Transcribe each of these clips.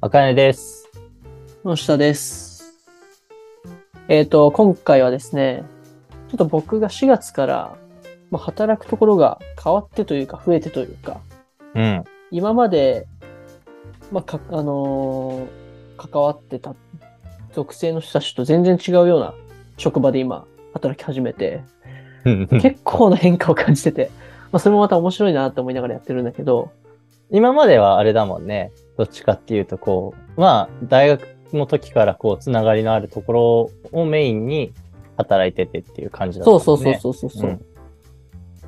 あかねです。の下です。えっ、と、今回はですね、ちょっと僕が4月から、まあ、働くところが変わってというか、増えてというか、うん。今まで、まあ、か、あのー関わってた属性の人たちと全然違うような職場で今、働き始めて、結構な変化を感じてて、まあ、それもまた面白いなと思いながらやってるんだけど、今まではあれだもんね。どっちかっていうと、こう、まあ、大学の時からこう、つながりのあるところをメインに働いててっていう感じだったそもんうね。そうそうそうそうそう。うんだ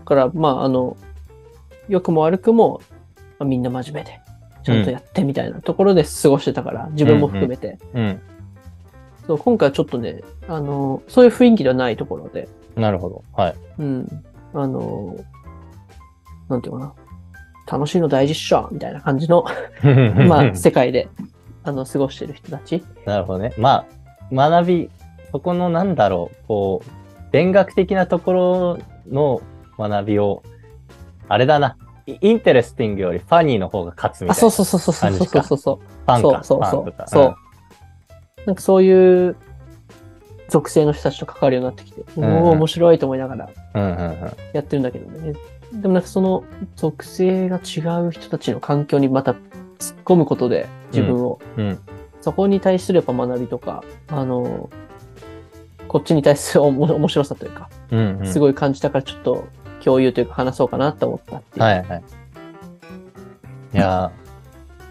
から、まあ、あの、良くも悪くも、まあみんな真面目で、ちゃんとやってみたいなところで過ごしてたから、自分も含めて。うん。そう今回はちょっとね、あの、そういう雰囲気ではないところで、なるほど。はい。 うん、あの、なんていうかな、楽しいの大事っしょみたいな感 じの、まあ、世界で、あの、過ごしてる人たち。なるほどね。まあ、学び、そこのなんだろう、こう、勉学的なところの学びを、あれだな。イインテレスティングよりファニーの方が勝つみたいな。あ、そうそうそうそうそうそうそうそう。パンそか。うそうパンそとうか。そう。なんかそういう属性の人たちと関わるようになってきて、おんお面白いと思いながらうん。うんうんうん。やってるんだけどね。でもなんかその属性が違う人たちの環境にまた突っ込むことで自分を、うんそこに対するやっぱ学びとか、あの、こっちに対する おも面白さというか、うんうんすごい感じたからちょっと共有というか話そうかなって思ったっていう。はいはい。いや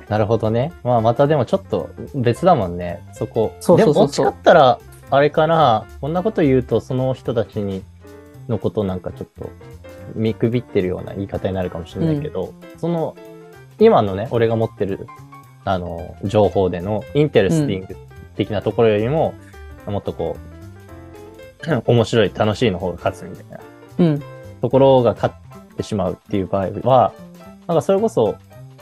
ー、なるほどね。まあまたでもちょっと別だもんね、そこ。そうそうそうでそうももしかったら、あれかな、こんなこと言うとその人たちにのことなんかちょっと見くびってるような言い方になるかもしれないけど、その、今のね、俺が持ってる、あの、情報でのインテレスティング的なところよりも、もっとこう、面白い、楽しいの方が勝つみたいな。うん。ところが勝ってしまうっていう場合は、なんかそれこそ、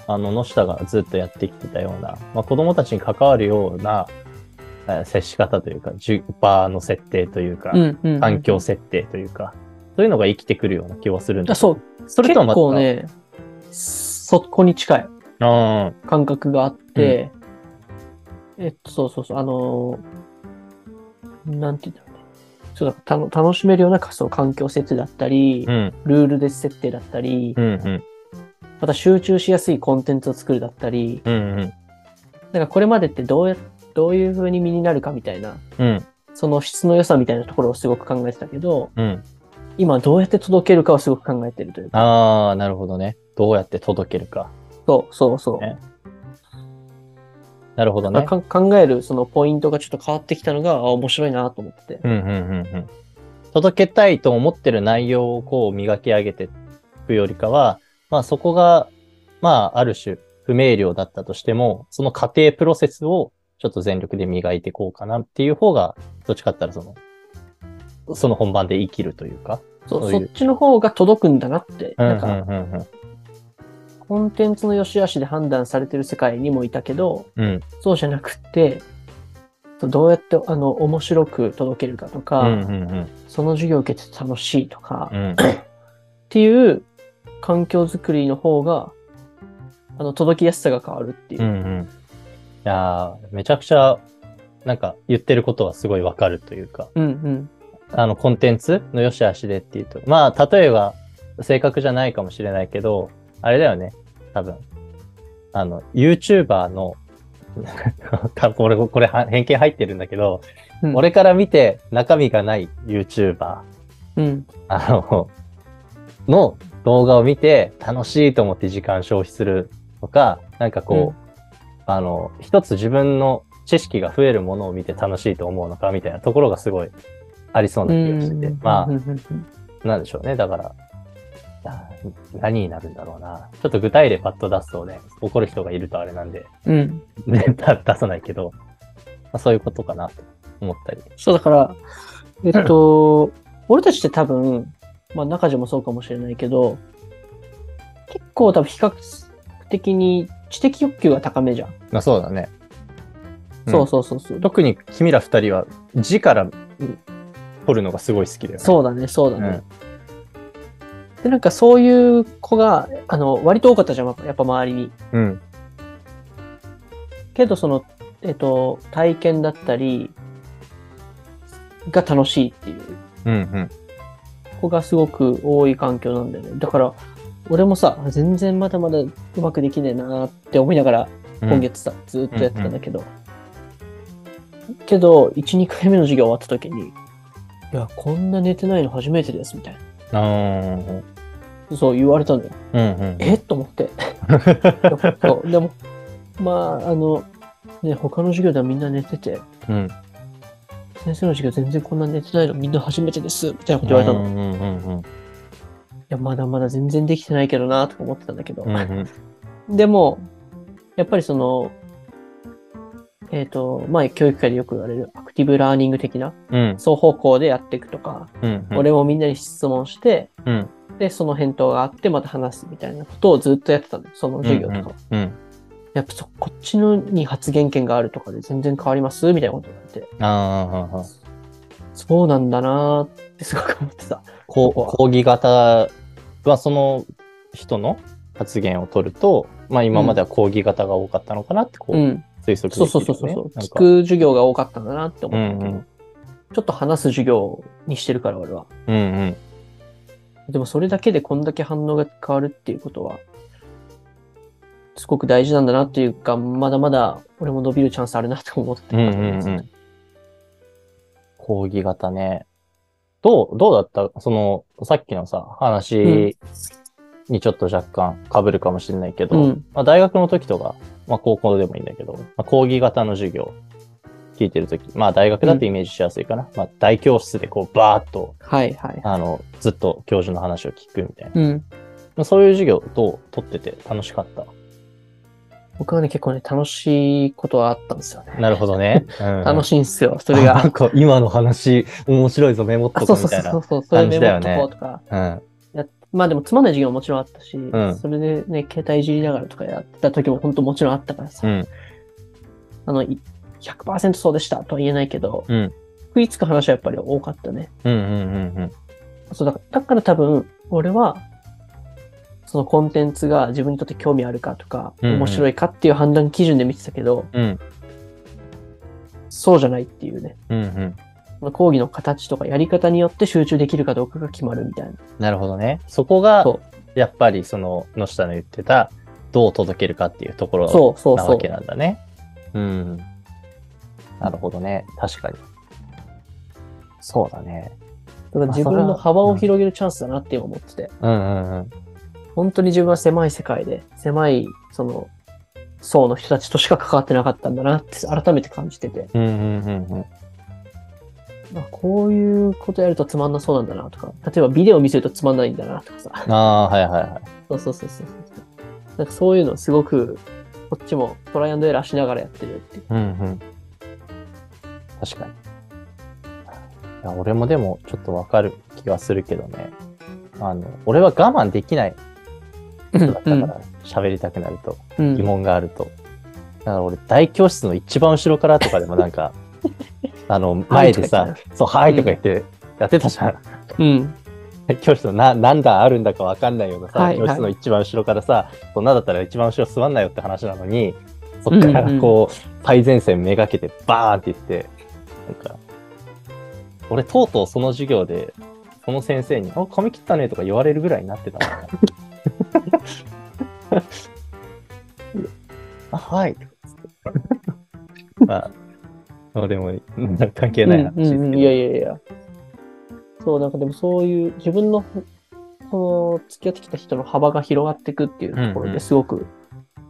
あの、野下がずっとやってきてたような、まあ、子供たちに関わるような、えー接し方というか、じゅ場の設定というか、うん。うん。環境設定というか、そういうのが生きてくるような気はするんあだ。そう。それとはまた、結構ね、そこに近い。うん、感覚があって、えっと、そうそうそう、あのーなんて言うんだろうね。そうだたの楽しめるようなその環境設定だったり、うん、ルールで設定だったり、うん、うん、また集中しやすいコンテンツを作るだったり、うん、うん、なんかこれまでってどうや、どういう風に身になるかみたいな、うん、その質の良さみたいなところをすごく考えてたけど、うん。今どうやって届けるかをすごく考えてるというか、ああ、なるほどね。どうやって届けるか。そうそうそう。ねなるほどまあね。か考えるそのポイントがちょっと変わってきたのが、あ面白いなと思ってて。うんうんうんうん。届けたいと思ってる内容をこう磨き上げていくよりかは、まあそこが、まあある種不明瞭だったとしても、その過程プロセスをちょっと全力で磨いていこうかなっていう方が、どっちかって言ったらその、その本番で生きるというか。そうそういそうっちの方が届くんだなって、なんうか、んうんコンテンツの良し悪しで判断されてる世界にもいたけど、うん。うんそうじゃなくって、そうどうやって、あの、面白く届けるかとか、うんうんその授業を受けてて楽しいとか、うっん。ていう環境づくりの方が、あの、届きやすさが変わるっていう。うんうん。いやーめちゃくちゃ、なんか言ってることはすごいわかるというか。うん、うん、あの、コンテンツの良し悪しでっていうと。まあ、例えば、正確じゃないかもしれないけど、あれだよね。多分。あの、YouTuber の、なんかこれ、これ、は偏見入ってるんだけど、うん俺から見て中身がない YouTuber、うん。あの、の動画を見て楽しいと思って時間消費するとか、なんかこう、あの、一つ自分の知識が増えるものを見て楽しいと思うのかみたいなところがすごいありそうな気がしてて、まあうん、うんうんなんでしょうね。だから、な何になるんだろうな。ちょっと具体例パッと出すとね、怒る人がいるとあれなんで、 うんうん。ね、た出さないけど、まあ、そういうことかなと思ったり。そう、だから、えっと、俺たちって多分、まあ中地もそうかもしれないけど、結構多分比較的に知的欲求が高めじゃん。まあそうだね。うんそうそうそうそう。特に君ら二人は字からうん彫るのがすごい好きだよね。そうだね、そうだね。で、なんかそういう子が、あの、割と多かったじゃん、やっぱ周りに。うん。けどその、えっと、体験だったりが楽しいっていううんうん。子がすごく多い環境なんだよね。だから、俺もさ、全然まだまだうまくできねえなーって思いながら、うん今。月さ、ずーっとやってたんだけど。けど、1、2回目の授業終わった時に、いや、こんな寝てないの初めてです、みたいあーな。そう言われたのよ。うんうん。えと 思って。そうでも、まあ、あの、ね、他の授業ではみんな寝てて、うん。先生の授業全然こんな寝てないのみんな初めてです、みたいなこと言われたの。いうんうんうんや、まだまだ全然できてないけどな、とか思ってたんだけど。うん。うんうんでも、やっぱりその、えっ、と、まあ、教育界でよく言われるアクティブラーニング的な、うん双方向でやっていくとか、うんうん。俺もみんなに質問して、うんで、その返答があって、また話すみたいなことをずっとやってたの、その授業とかは。うん。やっぱそ、こっちのに発言権があるとかで全然変わりますみたいなこと言われて、ああー。そうなんだなーってすごく思ってた。こここはう講義型はその人の発言を取ると、まあ今までは講義型が多かったのかなってこううん。推測そでうきそうるそようそう。ね。なん聞かく授業が多かったんだなって思ったけど、うんうんちょっと話す授業にしてるから、俺は。うんうん。でもそれだけでこんだけ反応が変わるっていうことは、すごく大事なんだなっていうか、まだまだ俺も伸びるチャンスあるなと思ってたうんうんうん。講義型ね。どう、どうだったその、さっきのさ、話にちょっと若干被るかもしれないけど、うんまあ、大学の時とか、まあ、高校でもいいんだけど、まあ、講義型の授業聞いてる時、まあ大学だとイメージしやすいかな。まあ大教室でこうバーッと、はいはい。あの、ずっと教授の話を聞くみたいな。うん。まあそういう授業どう取ってて楽しかった僕はね、結構ね、楽しいことはあったんですよね。なるほどね。うん楽しいんですよ、そそれ ながん。か今の話面白いぞ、メモっあとそこううそみうたそいな。うそう、それメモ感じっとだよねこうとか。うん。やっまあでもつまんない授業ももちろんあったし、んそれでね、携帯いじりながらとかやってた時も本当もちろんあったからさ、うんあの、い100%そうでしたとは言えないけど、うん食いつく話はやっぱり多かったね。うんうんうんうん。そうだからだから多分、俺は、そのコンテンツが自分にとって興味あるかとか、うんうん面白いかっていう判断基準で見てたけど、うん。そうじゃないっていうね。うんうん。まあ講義の形とかやり方によって集中できるかどうかが決まるみたいな。なるほどね。そこがそ、やっぱりその、野下の言ってた、どう届けるかっていうところそうそうなそわう。けなんだね。うん。なるほどね。確かに。そうだね。だから自分の幅を広げるチャンスだなって今思ってて。うんうんうん。本当に自分は狭い世界で、狭い、その、層の人たちとしか関わってなかったんだなって改めて感じてて、うんうんうんうん。あこういうことやるとつまんなそうなんだなとか、例えばビデオ見せるとつまんないんだなとかさ、 ああー、はいはいはい。そうそうそうそうそう。なんかそういうのすごく、こっちもトライアンドエラーしながらやってるっていう。うんうん。確かに。いや俺もでもちょっとわかる気がするけどね。あの、俺は我慢できない人だったから、喋りたくなると、うん疑問があると。だから俺、大教室の一番後ろからとかでもなん か、あの、前ではさいとか言っ、そう、はいとか言って、やってたじゃん。うん。 教室のな何段あるんだかわかんないようなさ、はいはい教室の一番後ろからさそんなだったら一番後ろ座んなよって話なのにそっからうんうんこう、最前線めがけてバーンっていってなんか俺とうとうその授業でその先生に「あ髪切ったね」とか言われるぐらいになってた もんねあはいとかつってまあ俺もなんか関係ない話うですけど、んうんうんいやいやいや。そう、なんかでもそういう自分の、この付き合ってきた人の幅が広がっていくっていうとこうろんうでんすごく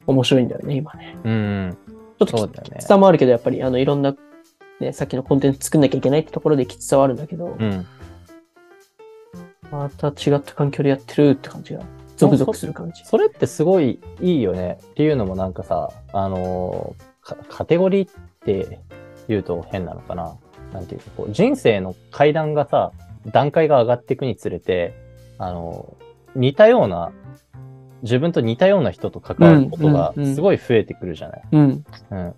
面白いんだよね、今ね。うんちょっとそきうだよねきつさもあるけど、やっぱりあのいろんな、ね、さっきのコンテンツ作んなきゃいけないってところできつさはあるんだけど、うんまた違った環境でやってるって感じが、ゾクゾクする感じ。それってすごいいいよね。っていうのもなんかさ、あのーかカテゴリーって言うと変なのかな。なんていうか、こう人生の階段がさ、段階が上がっていくにつれて、あのー似たような、自分と似たような人と関わることがうんうんうんすごい増えてくるじゃない。うん。うん。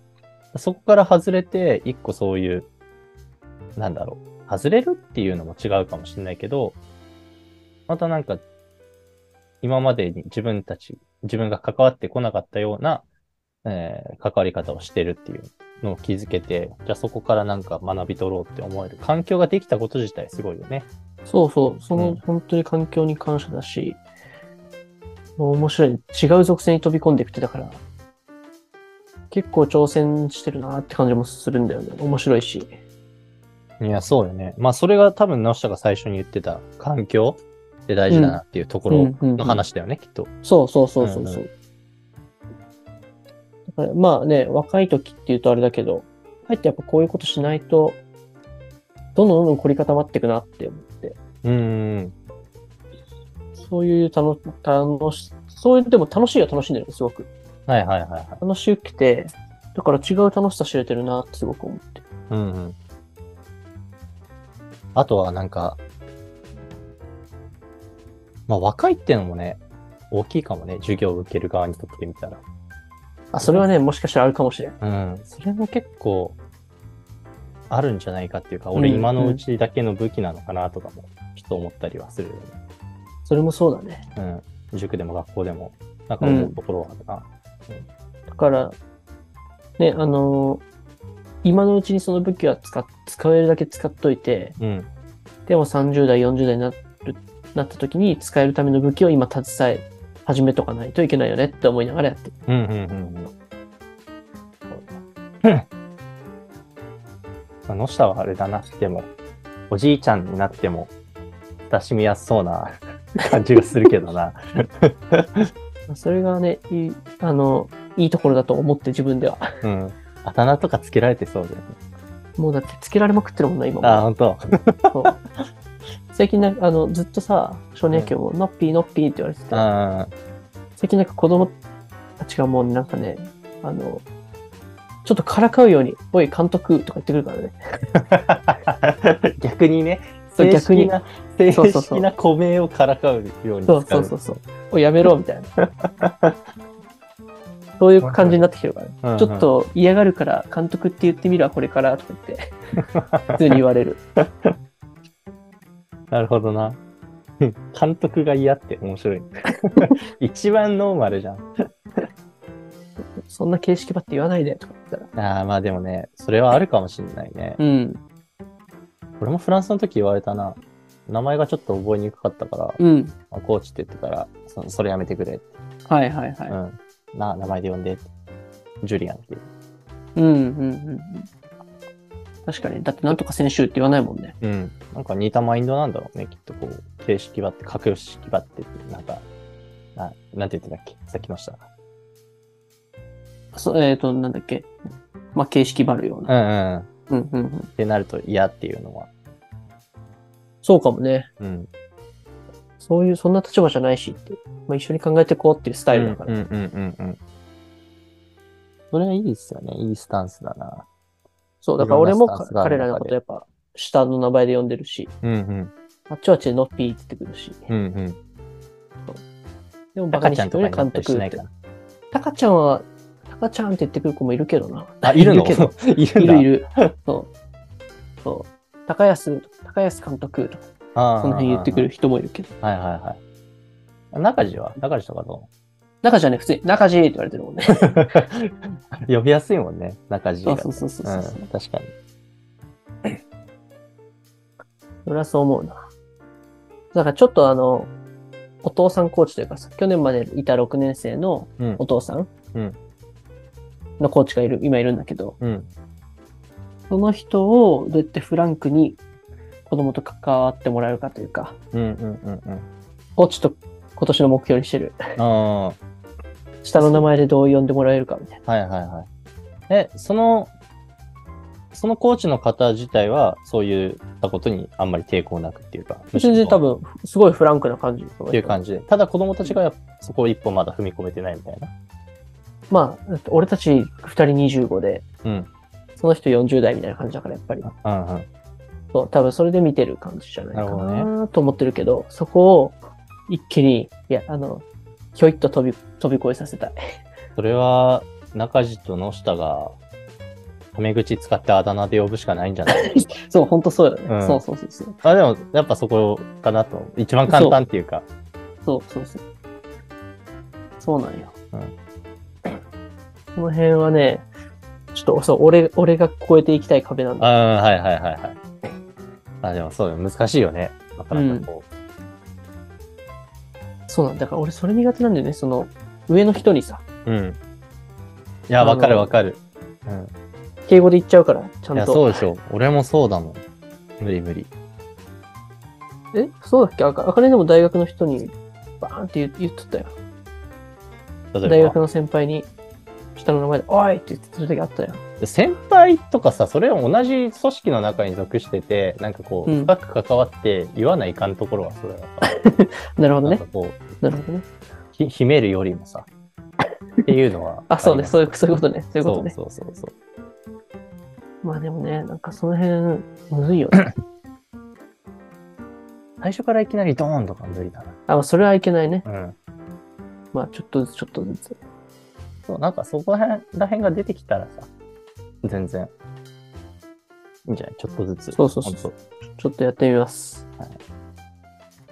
そこから外れて、一個そういう、なんだろう、外れるっていうのも違うかもしれないけど、またなんか、今までに自分たち、自分が関わってこなかったようなえー関わり方をしてるっていうのを気づけて、じゃあそこからなんか学び取ろうって思える環境ができたこと自体すごいよね。そうそう、その、うん本当に環境に感謝だし、もう面白い、違う属性に飛び込んでいくってだから、結構挑戦してるなって感じもするんだよね。面白いし。いや、そうよね。まあ、それが多分、直下が最初に言ってた環境って大事だなっていうところうんうんうんの話だよね、きっと。そうそうそうそうそう。だからまあね、若い時っていうとあれだけど、入ってやっぱこういうことしないと、どんどんどんどん凝り固まっていくなって思って、うん。そういう楽楽し、そういう、でも楽しいは楽しいんだよね、すごく。はいはいはいはい。楽しくて、だから違う楽しさ知れてるなってすごく思って。うんうん。あとは、なんか、まあ、若いってのもね、大きいかもね、授業を受ける側にとってみたら。あ、それはね、もしかしたらあるかもしれん。うん。それも結構、あるんじゃないかっていうか、俺うん今のうちだけの武器なのかなとかも、ちょっと思ったりはするよね。それもそうだね。うん。塾でも学校でも、なんか思うところはあるな。だから、ね、あのー今のうちにその武器は使っ使えるだけ使っといて、うん。でも30代、40代になるなった時に使えるための武器を今携え始めとかないといけないよねって思いながらやってる。うんうんうんうん。野下はあれだな、でも、おじいちゃんになっても、親しみやすそうな感じがするけどな。まあそれがね、いい、あの、いいところだと思って自分では。うん。あだ名とかつけられてそうだよね。もうだってつけられまくってるもんな、今あ、も。ほんと。そう最近なんか、あの、ずっとさ、少年野球も、ノッピーノッピーって言われてて、あ最近なんか子供たちがもうなんかね、あの、ちょっとからかうように、おい、監督とか言ってくるからね。ー逆にね、そう正式な、正そうそうそう式な古名をからかうように使。そううそうそうそう。おいやめろ、みたいな。 そういう感じになってきてるからね。うんうんちょっと嫌がるから監督って言ってみるわ、これからとか言 って、普通に言われる。なるほどな。うん監督が嫌って面白い。一番ノーマルじゃん。そんな形式ばって言わないでとか言ったら。ああ、まあでもね、それはあるかもしれないね。うん。俺もフランスの時言われたな。名前がちょっと覚えにくかったから、うん。まあコーチって言ってたら、そそれやめてくれって。はいはいはうい。ん。な、名前で呼んでって。ジュリアンっていう。うんうんうんうん。確かに。だってなんとか選手って言わないもんね。うん。なんか似たマインドなんだろうね、きっとこう。形式ばって、格式式ばってって、なんか、ななんて言ってたっけさっきのした。そえっ、と、なんだっけ。まあ、形式ばるよううな。んうん。っうんうんうん。てなると嫌っていうのは。そうかもね。うん。そういう、そんな立場じゃないしって。まあ、一緒に考えていこうっていうスタイルだから。うんうんうんうんうん。それはいいですよね。いいスタンスだな。そう、だから俺もいろんなスタかンスがある彼らのことやっぱ、下の名前で呼んでるし、うんうん。あっちはあっちでノッピーって言ってくるし、うんうん。でもバカ赤にちゃしんてくとれかるにな監ったりし督なっいかてな。。タカちゃんは、タカちゃんって言ってくる子もいるけどな。あ、いるのいるけど いるいんだるいる。そう。そう。高安、高安監督とか、あーその辺言ってくる。人もいるけど。はいはいはい。中地は中地とかど中じゃね、普通に、中地って言われてるもんね。う 呼びやすいもんね、中地そが。うそうそうそうそうう、ん、確かに。それはそう思うな。だからちょっとあの、お父さんコーチというかさ、去年までいた6年生のうんお。父さんうんのコーチがいる、今いるんだけど、うん。その人をどうやってフランクに子供と関わってもらえるかというか、うんうんうんうん。をちょっと今年の目標にしてる。ああ。下の名前でどう呼んでもらえるかみたいな。はいはいはい。え、その、そのコーチの方自体は、そういったことにあんまり抵抗なくっていうか、全然多分分、すごいフランクな感じ。っていう感じで、ただ子供たちがやっぱそこを一歩まだ踏み込めてないみたいな。まあ、だって俺たち2人25で、うん。その人40代みたいな感じだから、やっぱり。うんうん。そう、多分それで見てる感じじゃないかなるほなと思ってるけど、そこを一気に、いや、あの、ひょいっと飛び、飛び越えさせたい。 それは、中地と野下が、タメ口使ってあだ名で呼ぶしかないんじゃない そう、ほんとそうよね。うんそうそうそうそう。あでも、やっぱそこかなと。一番簡単っていうか。そうそうそう。そうなんよ。うんこの辺はね、ちょっとそう俺俺が超えていきたい壁なんだ。ああ、はいはいはいはい。あ、でもそうよ、難しいよね。なかなかこう。そうなんだだから俺それ苦手なんだよね、その上の人にさ、うん。いや、わかあるのわかる。うん。敬語で言っちゃうから、ちゃいんや、と。そうでしょ。俺もそうだもん。無理無理。え、そうだっけあかあかねでも大学の人にバーンって言言っとったよ。例大え学ば、の先輩に、下の名前で、おいって言ってる時あったよ。先輩とかさ、それを同じ組織の中に属してて、なんかこう、うん深く関わって言わないかんところは、それはさ、なるなほどんねか。こなるほどね。う、ひ秘めるよりもさ、っていうのは。 あ、そうね。うそういう、そういうことね。そういうことね。そうそうそうそう。まあでもね、なんかその辺、むずいよね。 最初からいきなりドーンとか無理だな。あ、まあそれはいけないね。うん。まあちょっとずつ、ちょっとずつ。そう、なんかそこら辺ら辺が出てきたらさ、全然、いいんじゃないちょっとずつ。そうそうそうほんとちょっとやってみます。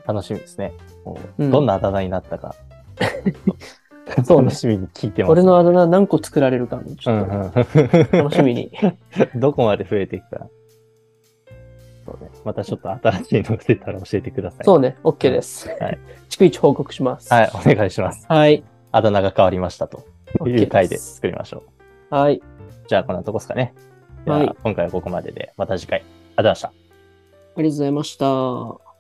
楽しみですね。こううんどんなあだ名になった か。そうね楽しみに聞いてます。俺のあだ名何個作られるか、ちうょんっうんと楽し みに。どこまで増えていくか。そうね。またちょっと新しいのが出たら教えてください。そうね、OK です。はい。 逐一報告します。はい、お願いします。はい。あだ名が変わりましたという回で作りましょはい。う。じゃあ、こんなとこですかね。でははい今回はここまでで、また次回。ありがとうございました。ありがとうございました。